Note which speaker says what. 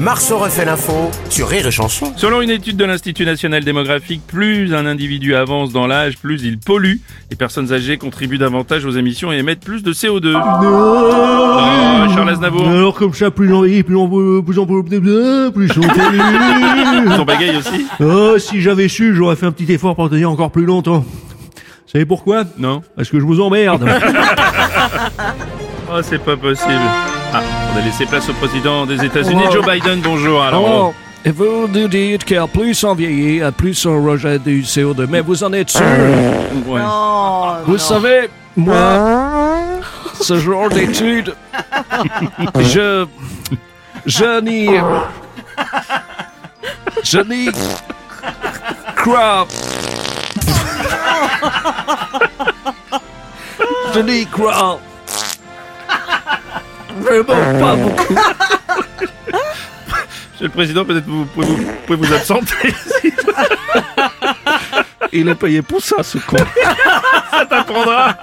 Speaker 1: Marceau refait l'info sur Rire et Chanson.
Speaker 2: Selon une étude de l'Institut national démographique, plus un individu avance dans l'âge, plus il pollue. Les personnes âgées contribuent davantage aux émissions et émettent plus de CO2. Oh, Ah, Charles Aznavour,
Speaker 3: Alors comme ça, plus j'en ris, plus j'en veux, plus j'en veux, plus j'en veux, plus j'en veux.
Speaker 2: son bagaille aussi
Speaker 3: Oh, si j'avais su, j'aurais fait un petit effort pour tenir encore plus longtemps. Vous savez pourquoi
Speaker 2: Non.
Speaker 3: Parce que je vous emmerde.
Speaker 2: Oh, c'est pas possible. Ah, on a laissé place au président des États-Unis, Joe Biden. Bonjour. Alors,
Speaker 4: Oh, et vous nous dites qu'à plus on vieillit, à plus on rejette du CO2. Mais vous en êtes sûr
Speaker 2: on- ouais.
Speaker 4: Vous savez, moi, ce genre d'études, je... Je n'y... Je n'y... Crois... Je n'y crois... Vraiment pas beaucoup.
Speaker 2: Monsieur le président, peut-être vous pouvez vous, pouvez vous absenter.
Speaker 4: Il est payé pour ça, ce con.
Speaker 2: Ça t'apprendra.